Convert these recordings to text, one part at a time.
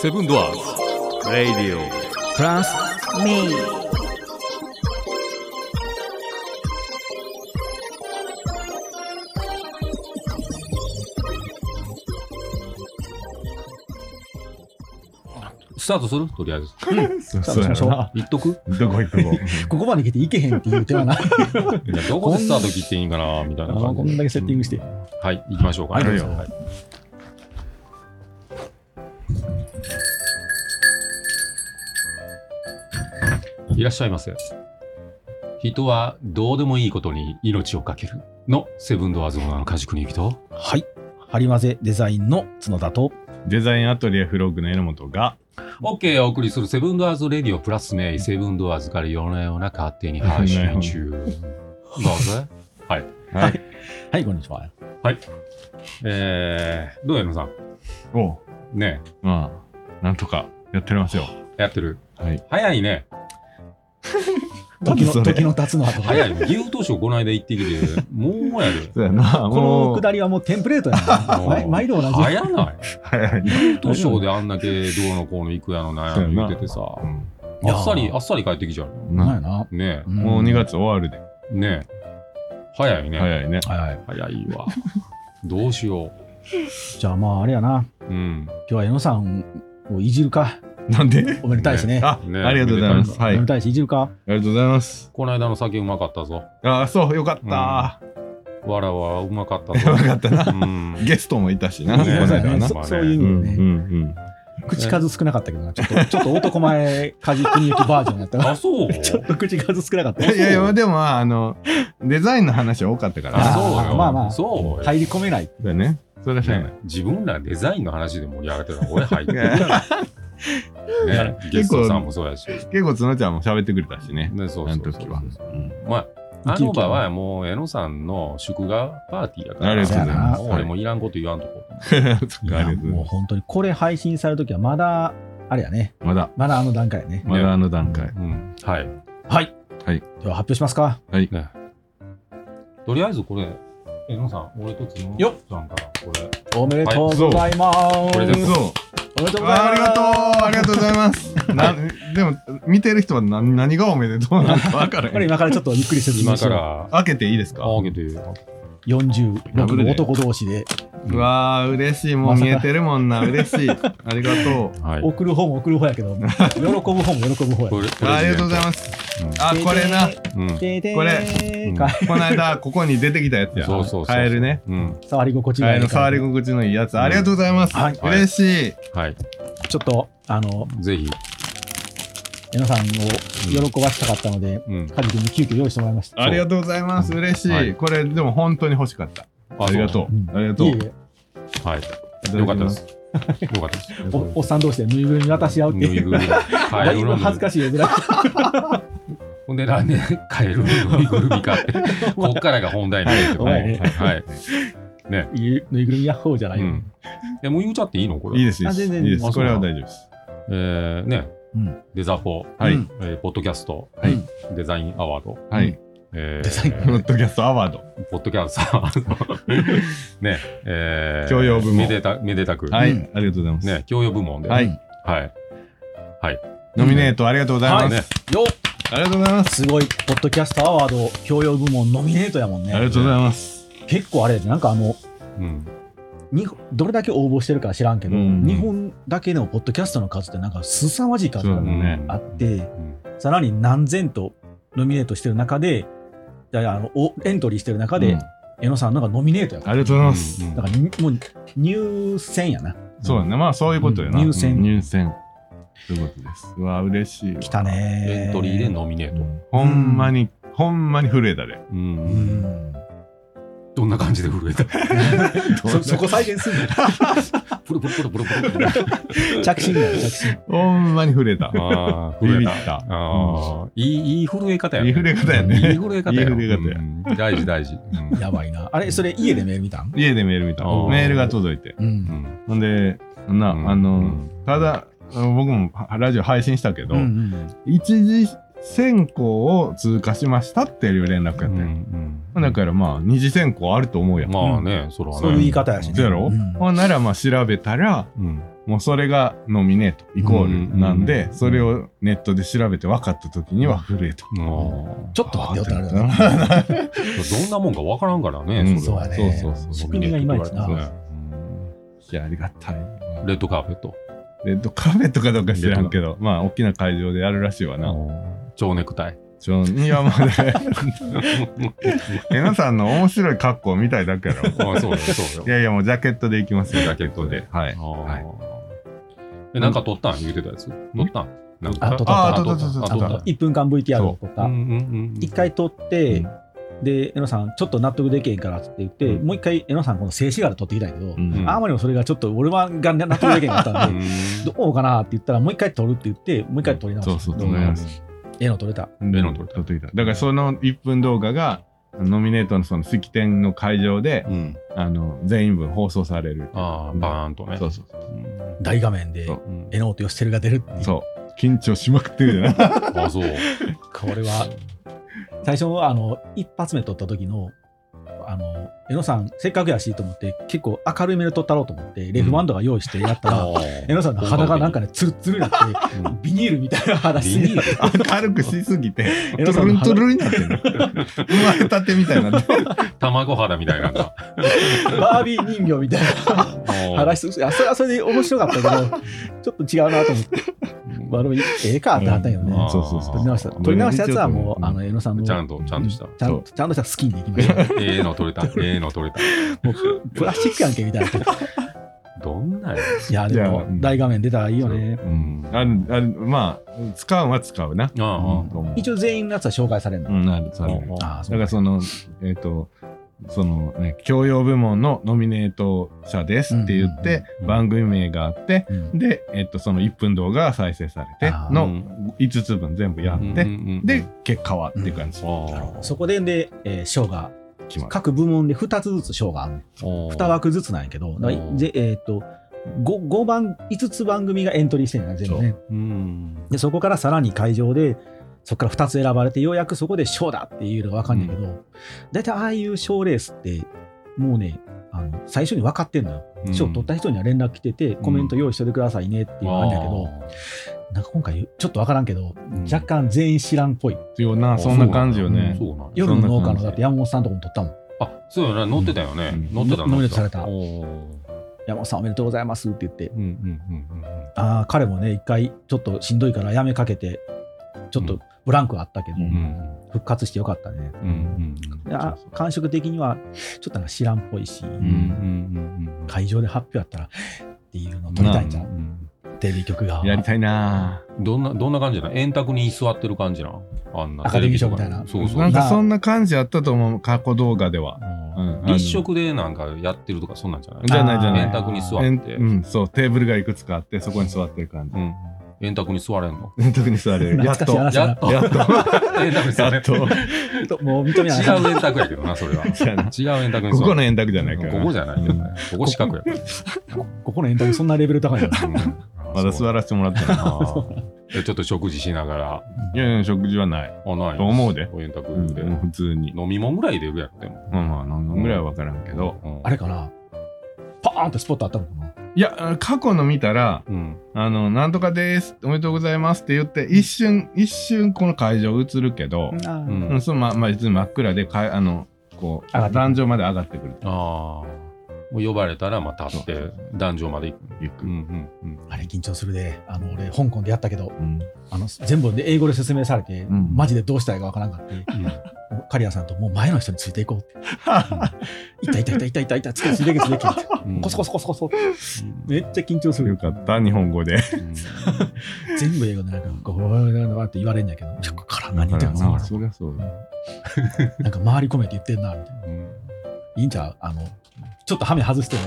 セブンドアーズ Radio Plus Me. スタートするとりあえずそうやな。言っとくどこ行くこここまで来ていけへんっていう手はない。いやどこでスタート切っていいんかなみたいなあ感こじでんだけセッティングして。はい行きましょうかはいはどういぞいらっしゃいませ人はどうでもいいことに命をかけるのセブンドアーズのあの梶国行きとはい。ハリマゼデザインの角田と。。デザインアトリエフロッグの榎本が、 OK お送りするセブンドアーズレディオプラスメイセブンドアーズから夜な夜な勝手に配信中どうぞはいはい、こんにちは。 えー、どうやのさんおうねまあ、なんとかやっておりますよ。えやってるはい。早いね時の、それ時の経つの後早いね岐阜投手をこの間行ってきて もうやでそうやな、このもうくだりはもうテンプレートや な。もう毎毎度同じ。早ない早い。岐阜投手であんだけどうのこうの行くやのなんやの言っててさうやあっさりあっさり帰ってきちゃうななんやな。ねうんもう2。月終わるで。えねえ早いね、早いね。はいはい。早いわどうしよじゃあまあ、あれやな。ううん今日は江野さんをいじるか。なんでおめでたいしね。あ、ねありがとうございます。はおい。めあでたいし、いじるか。りがとうございます。この間の酒うまかったぞあ、そう、よかった。わらわうまかったよぞかったな。うんゲストもいたしな。ねこの間なそまあねそういう意う味んでうね。ん口数少なかったけどな。ちょっと、ちょっと男前、梶国行きバージョンやったからあ。そう ちょっと口数少なかっうん。いた。やいや、でもまあ、あの、デザインの話は多かったから。あそうよまあまあそうよ入り込めない。そうだね。それはしゃあないね、自分らデザインの話で盛り上がってたら俺入ってるやん、ね、ゲストさんもそうやし結構、角ちゃんも喋ってくれたしね。ね、そうあそうのそう時は。うんまあ、あの場はもう、江野さんの祝賀パーティーやから、ありがとうございますも俺もいらんこと言わんとこ。 そっいかあやりがとうございもうます本当にこれ配信されるときはまだあれやねまだ、まだあの段階やねまだあの段階。うん。はい。はいはいでは発表しますかね。とりあえずこれ、江野さん、俺とつのよっちゃんから、これ。おめでとうございますこおれめでもでとうそう。ございますあありがとうありがとうございます。 なでも、見てる人は何何がおめでとうな のか分からこれへん。今からちょっとびっくりせずに今から、開けていいですかあげて、ダブ46ルので男同士でうわー、嬉しい。もうまさか見えてるもんな。嬉しい。ありがとう。はい。送る方も送る方やけど喜ぶ方も喜ぶ方やこれ、あありがとうございす。ます。あ、これな。うん。ででこうんかこの間、ここに出てきたやつや。そうそうそう。カエルね。。うん。触り心地カがエいルいの触り心地のいいやつ。ありがとうございます。はい嬉しい。はい。ちょっとあのぜひ。皆さんを喜ばしたかったのでうん。カジ君に急遽用意してもらいましたありがとうございます。嬉しはいい。これ、でも本当に欲しかった。ありがとう。うんありがとう。いえいえはい。いだよきかったでますす。よかったです。おおっさん同士でぬいぐるみ渡し合うってぬいいうぐるみ。カだエルいぶの恥ずかしいよぐらい。ほんで、なんでカエルのぬいぐるみかって、こっからが本題なんですけども。ははいい。はい。ね。ゆぬいぐるみやっほーじゃなういよ。ん。え、もう言うちゃっていいのこれ。いいです、いいあです。全然いいであす。そこうれなはの大丈夫です。えー、ね。うんデザフォー、はういん。えー、ポッドキャスト、はいうんデザインアワード、はい。えー、デザインポッドキャストアワード。ポッドキャスト、ね、えー、教養部門めでた、めでたく、はい、うんありがとうございます。ね、教養部門で、ははい、い、はい。はい。ノミネートありがとうございます。ね、よありがとうございます。すごい、ポッドキャストアワード教養部門ノミネートやもんありねが。とうございます。結構あれやで、なんかあの、うん。にどれだけ応募してるか知らんけど、うん日本だけのポッドキャストの数ってなんか凄まじい数そうがだねあって、うんさらに何千とノミネートしてる中で、いやいやあのおエントリーしてる中で、うん江野さんのがノミネートやかありら。がとうございます。うんだからにもう入選やな。そうだね、まあそういうことよな。うん入選うん入選。そういうことです。うわ、嬉しいわ。来たね。エントリーでノミネーうト。んほんまに、ほんまに震えた で。う。うんん。どんな感じで震えたそそこ再現する プルプルプルプルプル。の着信や着信。ほんまに震えた。ああ、ビ震え。ビったた。ああ、いい、いい震え方やいい震え方やいいね。震え方やろ。いい震え方やうん大事大事。うんやばいな。あれ、それ家でメール見たん家でメール見た。あーメールが届いて。う。うんんほんで、な、あうのん、ただ、あの僕もラジオ配信したけど、うん一時1000校を通過しましたっていう連絡やったんやんまあだからまあ二次選考あると思うやん。まあね、それはね。そういう言い方やしね。そうやろんほんならまあ調べたらうん。もうそれがノミネートイコールなんうんうんでうんそれをネットで調べて分かった時には震えた。あーちょっと待ってよってなるよな。などんなもんかわからんからね、うんそれはそうやそうねそうそう。仕組みがいまいちなそうねやいやありがたい。うんレッドカーペット。レッドカーペットかどうか知らんけどまあ大きな会場でやるらしいわな。蝶ネクタイ。ちょ庭まで えなさんの面白い格好みたいだけやろ。あそうよ、そういよ。やいやもうジャケットで行きますよジャケットでで。はい。あーはいえ、なんか撮ったん言うてたやつ。撮ったんなんかあ撮ったあ撮撮ったあ撮っ撮た撮っ。った1分間 VTR を撮っうた。んうんうん一回撮って、で、江野さん、ちょっと納得できへんからって言って、うんもう一回江野さん、この静止画で撮ってきたんやけど、うんあまりにもそれがちょっと俺はが納得できへんかったうん で、んどうかなって言ったら、もう一回撮るって言って、もう一回撮り直した。そうそうどそうもうね。絵の撮れた。メロン取れた取ってきた。だからその1分動画が、ノミネートのその式典の会場で、うん。あの、全員分放送される。ああ、バーンとね。そうそうそう。うん大画面でそううん絵の音よしてるが出るっていう。そう。緊張しまくってるじゃ ないあそう。これは、 最初、あの、一発目撮った時の、あの、江野さん、せっかくやしと思って、結構明るい目で撮ったろうと思って、レフバンドが用意してやったら、 江野さんの肌がなんかね、ツルツルになって、うんビニールみたいな肌してビニー明るくしすぎて、 江ト野さゥんルのントゥ肌ルンになってる。生まれたてみた いになってる。卵肌みたいなん だ。バービー人形みたいな肌してるあそれはそれで面白かったけど、ちょっと違うなと思って、うん悪い、ええかってなったんようんね。そうそうそう。撮り直した。撮り直したやつはもう、あの、ん、江野さんの、ちゃんと、ちゃんとした。ちゃんと、ちゃんとしたスキンでいき ました。ええの取れた、ええの取れた。プラスチックやんけみたいな。どんなんやいや、じでゃあもう、ん大画面出たらいいよね。うん。ある、ある、まあ、使うは使うな。ああああうんと思う一応全員のやつは紹介されるの。うん、なる、される。ああ、だからその、えっ、と、そのね、教養部門のノミネート者ですって言って、うんうんうん番組名があって、うんで、えっ、と、その1分動画が再生されてあーうのん5つ分全部やって、で、、結果はっていう感じ。あそこでで、えー賞が、決まる各部門で2つずつ賞があるの。2枠ずつなんやけど、だからうんぜえーっと、5, 番、5つ番組がエントリーしてるんだ全部ね。うん。で、そこからさらに会場で、そこから2つ選ばれて、ようやくそこで賞だっていうのが分かんないけど、大体ああいう賞レースって、もうね、あの最初に分かってんのよ。賞取った人には連絡来てて、コメント用意しといてくださいねっていうのがあるんだけど、なんか今回、ちょっと分からんけど、若干全員知らんっぽい。ような、そんな感じよね。そうなん夜の農そ家んな感のじだって山本さんとこも撮ったもん。あ、そうやね。乗ってたよね。乗ってたうん山本さんおめでとうございますって言って、うんうんああ、彼もね、一回ちょっとしんどいからやめかけて、ちょっとブランクはあったけど、ううん。うん復活してよかったね。うんであそうそう感触的には、ちょっとなんか知らんっぽいし、うんうん会場で発表やったら、っていうの撮りたいんじゃん、テレビ局が。やりたいなぁどんなどんな感じな円卓に座ってる感じなあんなそうそなうんかそんな感じやったと思う、過去動画では。うん立食でなんかやってるとかそんなんじゃないじゃないじゃない円卓に座えんってうん、そう、テーブルがいくつかあって、そこに座ってる感うん円卓に座れんのじ。特に座れる。やっと。懐やっかしい話だなと 円卓に座れと。やっんのと。ちょっともう認めない。違う円卓やけどな、それは。違そうやなう円卓にここね、の円卓じゃないから。ここじゃないよ、うんここ四角やから。ここのエンタメそんなレベル高いのまだ座ららせてもらってない。ちょっと食事しながら、いやいや、食事はない。あ、ない。と思うで。円卓うんで、普通に。飲み物ぐらいでやっても。まあまあ、何本ぐらいは分からんけど。うんあれかなパーンってスポットあったのかないや、過去の見たら、うん。あの、なんとかです、おめでとうございますって言って、一瞬、一瞬この会場映るけうど、あーんうん、そのま、まあ、別に真っ暗で、かあの、こう、上がってくる壇上まで上がってくる。ああ。もう呼ばれたら、まあ、立って、壇上まで行く。ゆっくうり。んうんあれ緊張するで、あの俺、香港でやったけど、うんあの全部で英語で説明されて、んマジでどうしたらいいかわからんかって。うん。カリアさんともう前の人についていこうって。いたいたいたいたいたいた、つけついてけついてけって。うんコソコソコソコソ。うんめっちゃ緊張すよる。かった、日本語で。うん全部英語でなんか、こう、わーって言われるんやけど、いやから何言ってんのそりゃそうだ。なんか回り込めて言ってんな、みたいな。いいんちゃうあの、ちょっとハメ外しても、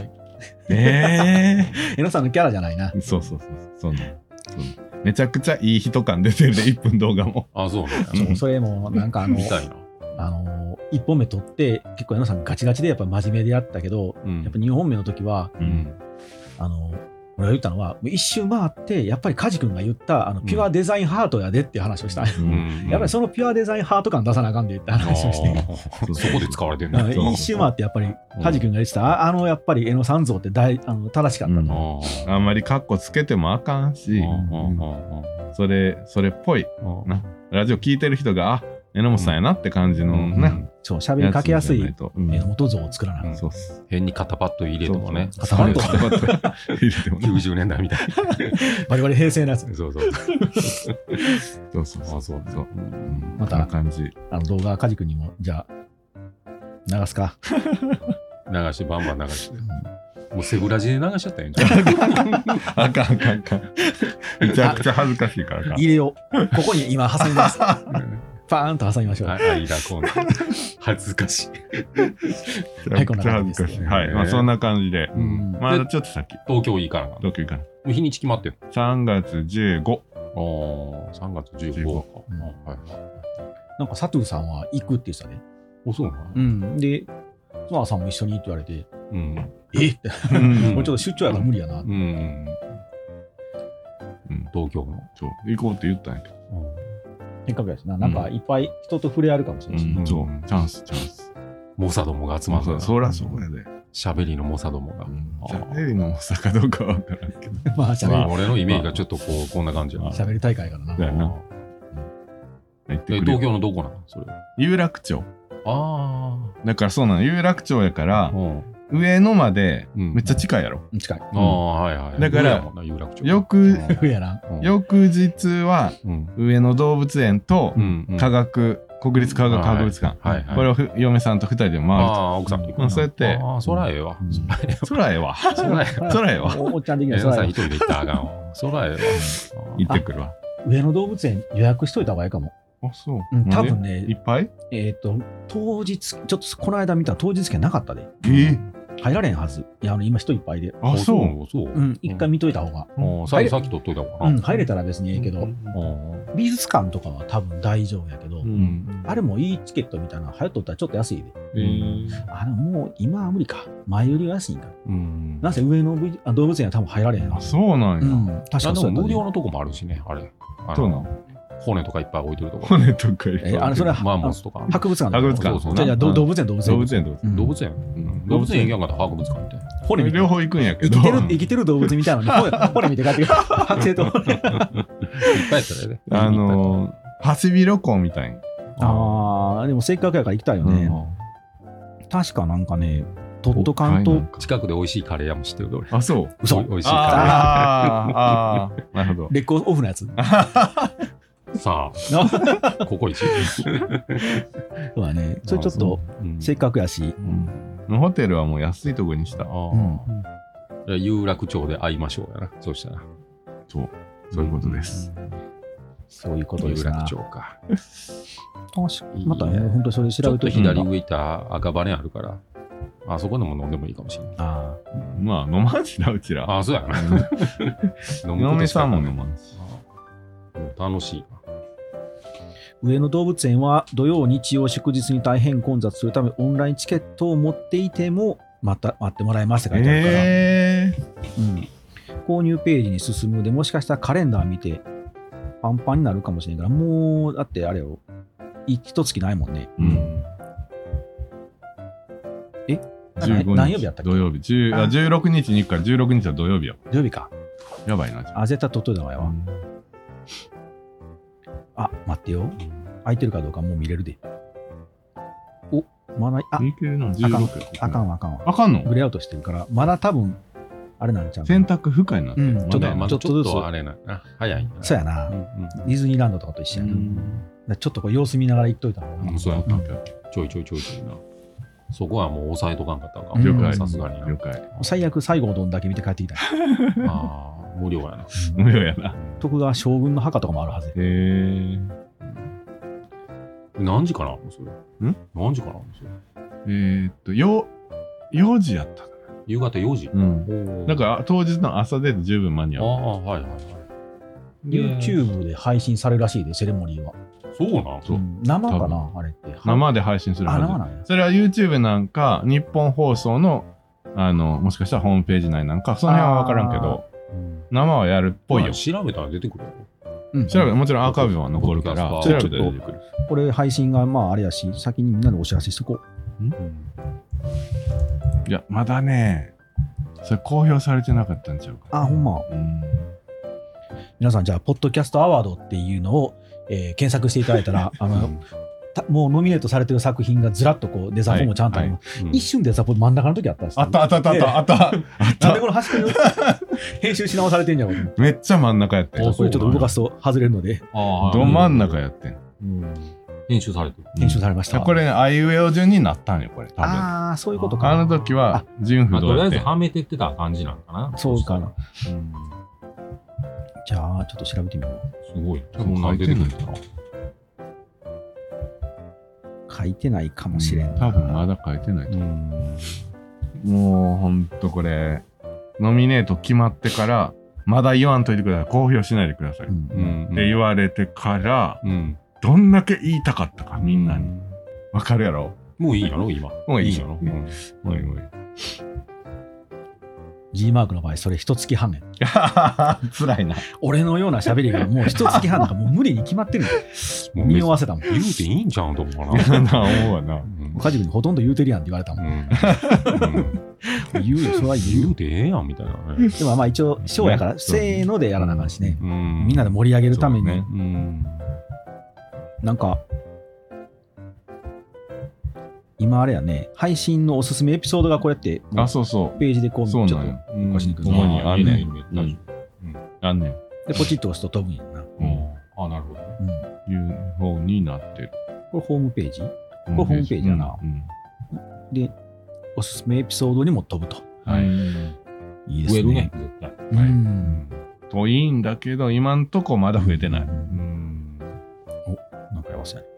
ええのさんのキャラじゃないな。え。そうそうそうそう。そんなそんなめちゃくちゃいい人感出て るで、1分動画も。あ、そうね。うんそうそれも、なんかあのみ、たいな。あの、一本目取って、結構えのさんガチガチでやっぱ真面目でやったけど、うんやっぱ二本目の時は、うんあの、俺が言ったのは、もう一周回って、やっぱり梶君が言った、あのピュアデザインハートやでっていう話をした、ううんん やっぱりそのピュアデザインハート感出さなあかんでって話をして。あーそこで使われてるんだうんそう一周回ってやっぱり梶君が言ってた、ああのやっぱり江野三蔵って大あの正しかったうんと、あーあんまりカッコつけてもあかんし、それ、それっぽい。なラジオ聞いてる人が、あ、榎本さんやなって感じのね。そう喋りかけやすいつじゃない江と。うん野元像を作らなあかんそうっす。変に肩パッド入れてもね、そう肩パッドそう肩パッド入れても ね。 90年代みたいな。バリバリ平成のやつそうそう。そうそうそう。そうそう。またこんな感じ。あの動画は梶君にもじゃあ流すか流して、バンバン流して。もうセブラジで流しちゃ ったやん。あかんあかんあかん。めちゃくちゃ恥ずかしいからか。入れようここに今挟みますパーンと挟みましょう、あ間こうな恥ずかしい。めちゃくちゃ恥ずかしい。はいこんな感じですはい。まあそんな感じで。うんまあちょっと先。東京いいからな。もどっか行かな。う日にち決まってる。 3月15。ああ、3月15日か。うんあはいはいなんか佐藤さんは行くって言ってたね、お、そうなうん、で角田さんも一緒にって言われてうん。えってうんもうちょっと出張やから無理やな、うん。うん東京の。そう行こうって言ったんやけど。せっかくやしななんかいっぱい人と触れ合るかもしれないし、うんそう。チャンス、チャンス。モサどもが集ままあるそかうら。そらそうやで。しゃべりのモサどもが。じゃあテレビの大阪どうかわからんけど。まあしゃべまあ、る俺のイメージがちょっとこう、こんな感じやな。喋り大会からなだよな。行ってえくれよ東京のどこなのそれ。あ有楽町。あ。だからそうなの。有楽町やからう、ん。上野までうんめっちゃ近いやろ。近いああ、はいはい。だから上やもんな有楽町。翌、 上やなうん、翌日はうん。上野動物園とうん。うん科学、国立科学博物館。はいはい。これをふ嫁さんと二人で回るあと。あ、奥さんと行くまあそうやってああ、そらええわ。うんそらええわ。空 へは。そ らええわ。空へは。おおっちゃん的に皆はそうさやんな一人で行ったらあかん わ。そらええわ。行ってく るわ。上野動物園予約しといた方がいいかも、あ、そうう。ん、な多んで分いねっぱいえっ、と当日ちょっとこの間見たら当日券なかったでえ入られんはずいやあの今人いっぱいでああ、そう。。そう。うあん一回見といた方が、あ、さっきさっき取っといたかうん、な。入れたら別にええけど、うん美術館とかは多分大丈夫やけど、うん。あれもいいチケットみたいなの早とったらちょっと安いでえーあでももう今は無理か前よりは安いんかうん。なぜ上野ぶあ動物園は多分入られへんなあ、そうなうんや。ん、確あかでそうやったも無ね料のとこもあるしね、あれ。あそうなのの。骨とかいっぱい置いてるとこ。骨とかいっぱい えあれそれはマンモスとか。博物館だ博物館そうそうじゃあじゃあど動物園動物園動物園動物園うん動物園うん動物園行けんかったら博物館みたいな。骨見て両方行くんやけ生どきてる生きてる動物みたいなのに骨骨見て帰ってくる剥製と骨いっぱいやったらええで。あのー、はしび旅行みたい ああでもせっかくやから行きたいよね、確かなんかねトット関北海東道近くで美味しいカレー屋も知ってるで俺。あそう嘘美味しいカあーあーなるほどレッグオフのやつレー。さそ あ、ここ一。うだねそれちょっあそとせっかくやしうんホテルはもう安いとこにしたああうんじゃあ有楽町で会いましょうやな。そうしたら。そうそういうことですそういうことで有すな楽町か。確かまたね本当それち調ょべっとといて左上行ったら赤羽あるから、あそこでも飲んでもいいかもしれない。あまあ飲まんしなうちらああ、そうや な。飲井上さんもね飲まんし楽しいな。ー上野動物園は土曜日曜祝日に大変混雑するためオンラインチケットを持っていてもまた待ってもらえますって書いてあるから、えうん、購入ページに進むでもしかしたらカレンダー見てパンパンになるかもしれんからもうだってあれよい一月ないもんねーうんえ15日何曜日やったっけ土曜日10ああ16日に行くから16日は土曜日よ土曜日かやばいなじゃあ絶対取っといた方がいいあわあ待ってよ空いてるかどうかもう見れるでおまだあいけるな16あかんわあかんわあかんのグレーアウトしてるからまだ多分あれなんちゃう選択不可になってうんるちょまっとだままちだょっちとょずっつとあれな。あ早いな。そうやな、うんディズニーランドとかと一緒やな、だからちょっとこう様子見ながら行っといた方がうんうんそうやな。ちょいちょいちょいちょいな。そこはもう抑えとかんかったらあかうん了ん解さすがにな了解最悪最後のどんだけ見て帰ってきたいああ、無料や な。無料やな徳川将軍の墓とかもあるはずやへえ何時からあんのそれ。ん何時からあんのそれ。えーっとよ4時やったか夕方4時。なうんおーだから当日の朝で十分間にあ合うあ、はいはいはい。 YouTube で配信されるらしいでセレモニーは、そうなんそううん生か多な分あれって生で配信するあは生ずなんやそれは YouTube なんか日本放送のあのもしかしたらホームページ内なんかその辺は分からんけど生はやるっぽいまよあ。調べたら出てくるよ。うん調べもちろんアーカイブは残るから、ポ調ッドべキャスてト出てくる。これ配信がまああれやし、先にみんなでお知らせしとこうんいや、まだね、それ公表されてなかったんちゃうか。う。あ、ほんま。うん皆さん、じゃあ、ポッドキャストアワードっていうのを、えー検索していただいたら、あのたもうノミネートされてる作品がずらっとこう、デザポもちゃんとあります、うん一瞬デザポ真ん中の時あったんですよあったあったあったあったあっなんでた。この端っこに編集し直されてんじゃろうと思ってめっちゃ真ん中やってん。あこれちょっと動かすと外れるので、あーど真ん中やってん。うん編集されてる。編集されました。これね、あいうえお順になったんよ、これ。多分。ああ、そういうことか。あの時は、順ま不あ、と動りあえやってずん。はめてってた感じなんかな。そうかな。そしたら。うんじゃあ、ちょっと調べてみよう。すごい。多分書いてないか書いてないかもしれん。多分まだ書いてないとう思ん。う。もうほんとこれ、ノミネート決まってから、まだ言わんといてください。公表しないでください。うっんう。ん。て言われてから、うん。どんだけ言いたかったか、みんなうに。わかるやろもういいやろ、今。もういいいやろ。うんおいおい。 G マークの場合、それ一月半ね。辛いな。俺のような喋りがもう一月半なんかもう無理に決まってるんだよもう匂わせたもん。言うていいんちゃうんと思うかな。 な思うわな。カジブにほとんど言うてるやんって言われたうもん。 んうん言うよ、それは言言うう。てええやんみたいなね。でもまあ一応、ショーやから、ねせーのでやらなあかんしね。みみんなで盛り上げるたそめうにね、うん。なんか、今あれやね、配信のおすすめエピソードがこうやって、あ、そうそページでこう、う。ちそょうっなとんよ。うんおかしいけどここにあんねん見える見えるあんねん。で、ポチッと押すと飛ぶんやな。うんあ、なるほどね。うん、いう方になってる。これホームページれホームページやなうん。で、おすすめエピソードにも飛ぶと。はい。いい増えるね、。絶対。はいうん。といいんだけど、今んとこまだ増えてない。うん。なんかやばそうやね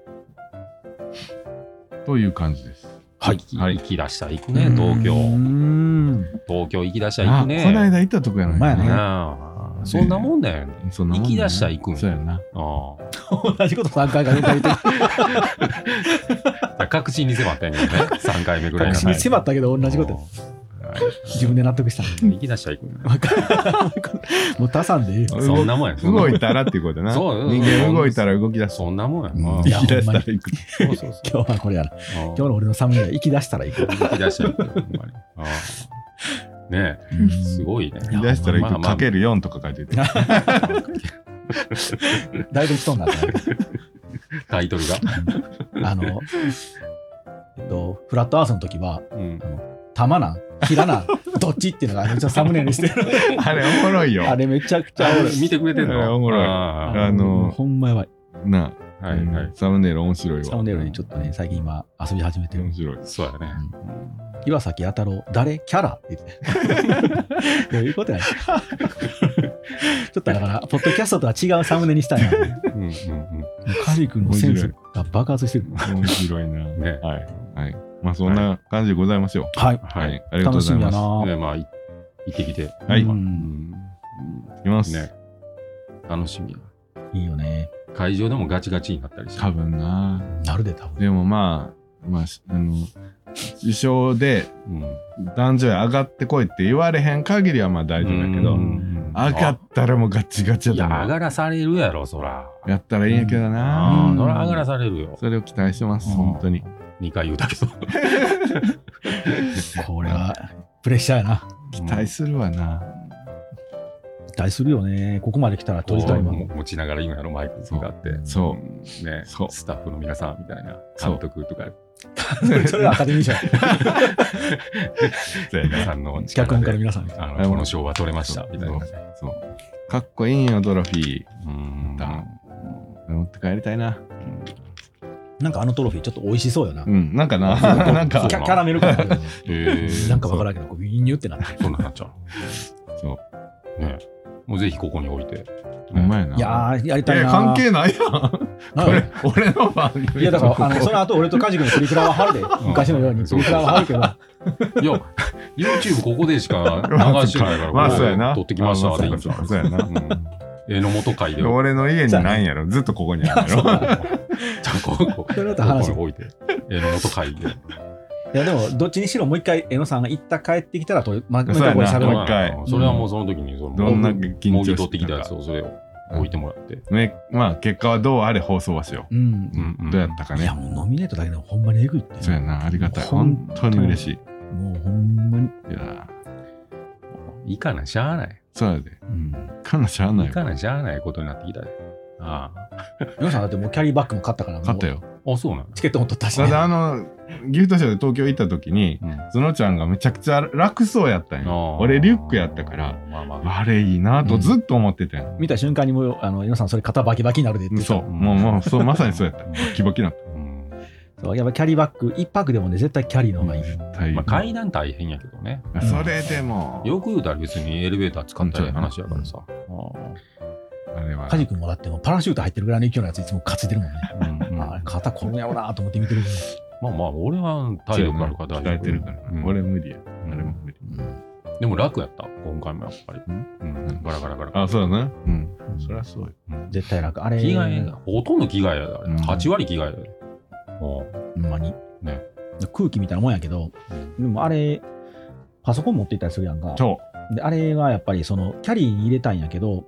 という感じです。はい行きはい行き出したら行くね、東京う。ん。東京行き出したらあ行こくね。の間行ったとこやのにほんまやねなあそんなもんだよね。そんなもんね行き出したら行くんやそうやな。あ同じこと3回か4回言ってる。あ。確信に迫ったんやけどね。3回目ぐらい確が信に迫ったけど同じこと。自分で納得したのに。行き出したら行くね。もう足さんでいいそよ。うそんなもんや。動いたらっていうことやな。そう人間動いたら動き出す。そんなもんや。うんまあいや行き出したら行く。そうそうそう。今日はこれやな。今今日の俺のサムネは行き出したら行く。行き出したら行くよほんまにああねえ、すごいね。行き出したら行まあく。まあかける4とか書いて て。 だいぶ人になったねタイトルが。あの、えっと、フラットアースの時は、うん玉なん平なんどっちっていうのがめっちゃサムネにしてる。 あれおもろいよ。あれめちゃくち ゃおもろい見てくれてんええのおもろいああのほんまやばい。なあはいはい。サムネイル面白いわ。サムネイルにちょっとね、最近今遊び始めてる 面。白い。そうやね。岩崎弥太郎、誰キャラって 言って。どういうことやねんちょっとだから、ポッドキャストとは違うサムネにしたいな。もうんうんうん。ねうカジ君のセンスが爆発してる。面白いな。ねはい。はい。まあそんな感じでございますよ。はい。はいはい。ありがとうご楽しざいみやます。な。まあ、い行ってきて。はいううんんいきます。ね楽しみや。いいよね。会場でもガチガチになったりして。多分な。なるで、多分。でもまあ、まあ、しあの、受賞でうん男女へ上がってこいって言われへん限りはまあ大丈夫だけうど、ん上がったらもうガチガチいや、や上と思がらされるやろ、そら。う。やったらいいんやけどあな。あ、そら上がらされるよ。それを期待してます、うん本当に。 2回言うたけど。これはプレッシャーやな。 期待するわな。期待するよね。ここまで来たら取りたいもん。こう持ちながら今のマイク使って、そうね、そうスタッフの皆さんみたいな、そう監督とか、 それはアカデミー賞。う。そうや皆なさんの力脚で本家の皆さんみたいな。あのこの賞は取れましたみたいな。そう。かっこいいんよ、トロフィー。うんだ持って帰りたいな。なんかあのトロフィーちょっと美味しそうよな。うキん、なんか な。そうなんそ かうャキャラメル感あるよねへえなんかわからんけど、こうビニュってなって。そんなんなっちゃ。そうね、もうぜひここに置いて。うまいな。いやー、やりたいえな。関係ないやん。なこんれ、俺の番組。いやだから、あのその後俺とカジ君のプリクラは貼るで、昔のようにプリクラは貼るけど、いや、YouTube ここでしか流してないから、まあそうやな。取ってきましたあわそでいういかんじそゃなうかいそうやうな。ん。絵の元会で、でち俺の家にないんやろ。ずっとここにあるんやろ。ゃんとここそれだとこ話こせに置いて、絵の元会で。いやでもどっちにしろもう一回江野さんが行った帰ってきたらとまもう一そうや回なこれ喋もろうう一回うんそれはもうその時にそのどんな緊も張ぎ取っしててきたたやかつをそれを置いてもらって、ね、まあ結果はどうあれ放送はしようんう、うんどうやったかいねやもうノミネートだけでもほんまにえぐいってそうやなありがたい本本当当にに嬉しいもうほんまに、いやーいかないしゃあないそうやでうん、かなしゃあないいよかないしゃあないことになってきたでああ江野さんだってもうキャリーバッグも買ったからもう勝ったよあそうなんだ、チケットも取ったしたねだあのギフトショーで東京行った時にうんそのちゃんがめちゃくちゃ楽そうやったんあやあ俺リュックやったからまあまああれいいなとずっと思ってたんや見た瞬間にもうあの江野さんそれ肩バキバキになるでって言ってたそうもうもうそうまさにそうやっうたバんキバキなったうんそうやっぱキャリーバッグ一泊でもね絶対キャリーの方がいい、大まあ、階段大変やけどねそれでもよく言うたら別にエレベーター使ったらいい話やからさ、あれはカジ君もだってもうパラシュート入ってるぐらいの勢いのやついつも担いでるもんね。うんまあ、肩こるんやろなと思って見てるけまあまあ俺は体力あるから大丈夫鍛えてるからうんな俺無理やあれも無理ど、でも楽やった今回もやっぱり、うん、ガラガラガラあそうだねうんうんそりゃそうよ絶対楽。あれ、着替えほとんど着替えやであれうん8割着替えやで、うほんまに、ね空気みたいなもんやけど、でもあれ、パソコン持っていったりするやんか。そであれがやっぱりそのキャリーに入れたいんやけど、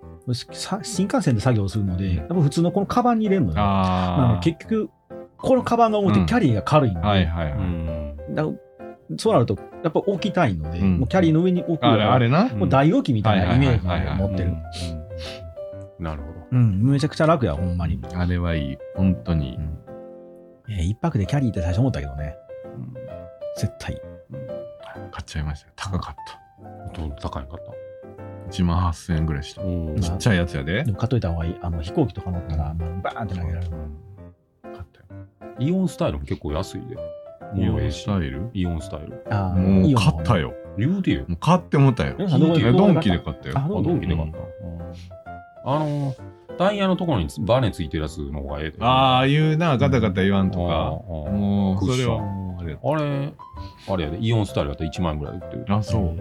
さ新幹線で作業するので、やっぱ普通のこのカバンに入れるうのよ。なのあで結局、このカバンが重くうてんキャリーが軽いんで、あはいはいはいんだからそうなると、やっぱ置きたいので、うんもうキャリーの上に置くよあうれなあれなもう大容器みたいなイメージはいはいはいをはい持ってる。うんなるほどうん、めちゃくちゃ楽や、ほんまに。あれはいい本当にえー一泊でキャリーって最初思ったけどね。絶対。買っちゃいましたよ高かったほとんど高いんかった1万8000円ぐらいしたうんちっちゃいやつやででも買っといた方がいい。あの飛行機とか乗ったら、もうバーンって投げられる。買ったよイオンスタイルも結構安いでイオええンしスタイルイオンスタイルあーもうイオンの買方ったよ言うてよもう買ってもたよ皆さんどこでいいえよドンキで買ったあよあ、ドンキで買った。あのー、タイヤのところにバネついてるやつの方がええで。ああいうなガタガタ言わあんー、とかあーもクうッそシれョンはもうあれやあれ、あれやで、イオンスタイルだったら1万円ぐらい売ってる。あそう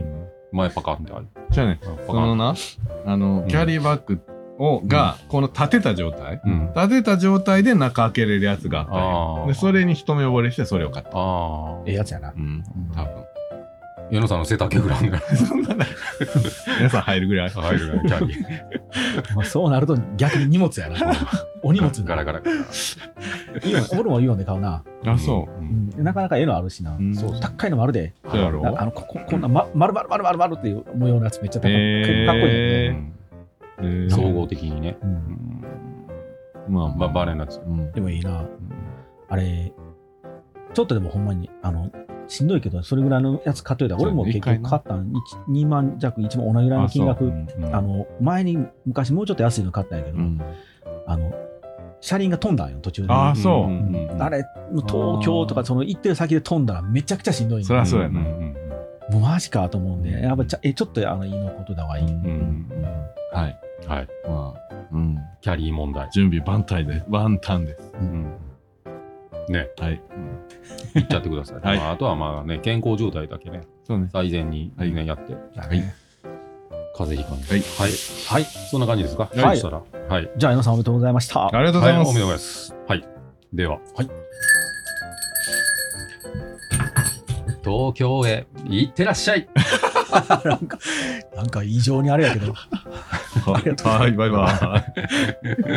前パカンってある。じゃあねパカそのン。なあのんキャリーバッグをがこの立てた状態うん。立てた状態で中開けれるやつがあったんあよーでそれに一目惚れしてそれを買ったあええあ。やつやなう。ん多分矢野さんの背丈ぐらいのそんなない皆さん入るぐらい入るぐらいのキャ リー。まあそうなると逆に荷物やな。お荷物にガなラる。ガラガラ。イオン、俺もイオンで買うな。あそうんなかなか絵のあるしなう。んそう高いのもあるで。うそうやろなあのこここんなま丸々丸々丸っていう模様のやつめっちゃ高い。へーかっこいいね。うんえー総合的にね。うんまあまあ、バネのやつ。うんでもいいな。あれ、ちょっとでもほんまに、あの、しんどいけど、それぐらいのやつ買っといたら、そうやね俺も結一回局な買ったん、1 2万弱、1万同じぐらいの金額、の、あの、前に昔もうちょっと安いの買ったんやけど、うんあの、車輪が飛んだんよ、途中で。あーそううんうんうんうんあれ、もう東京とあか、ーその行ってる先で飛んだらめちゃくちゃしんどいんよそらそうやなうんうんうんもうマジかと思うんで、うんやっぱちゃえちょっとあの、いいのことだわ、いうい。んうんはいはい。まあうんキャリー問題。準備万端で万端ですうんね、はい行っちゃってください。はいまあ、あとはまあね、健康状態だけね、そうね最善に、ねやって、はい風邪ひかない。ははいい。はい。そんな感じですか。はそいしたら。はい。じゃあ、江野さんおめでとうござい ました。ありがとうごはざい、いおめまですとうございます。はい。では。はい。東京へ行ってらっしゃい。なんか、なんか異常にあれやけど、はありがとうございバイバ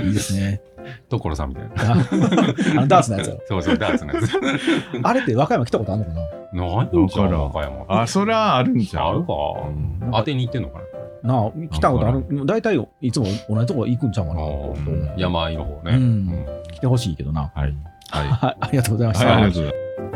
イいいですね。所さんみたいな。 ああの、ダーツのやつやろ。そうそう、ダーツのやつ。あれって和歌山来たことあるのかな何よ、じゃわからあ、ん和歌山。 あ、そりゃあるんちゃあるうか。うん当てに行ってんのかな。なあ、来たことある。大体いつも同じとこ行くんちゃうかな。山あいの方うね。ん来てほしいけどな。はい。はい、ありがとうございましはい、たありがとうございます。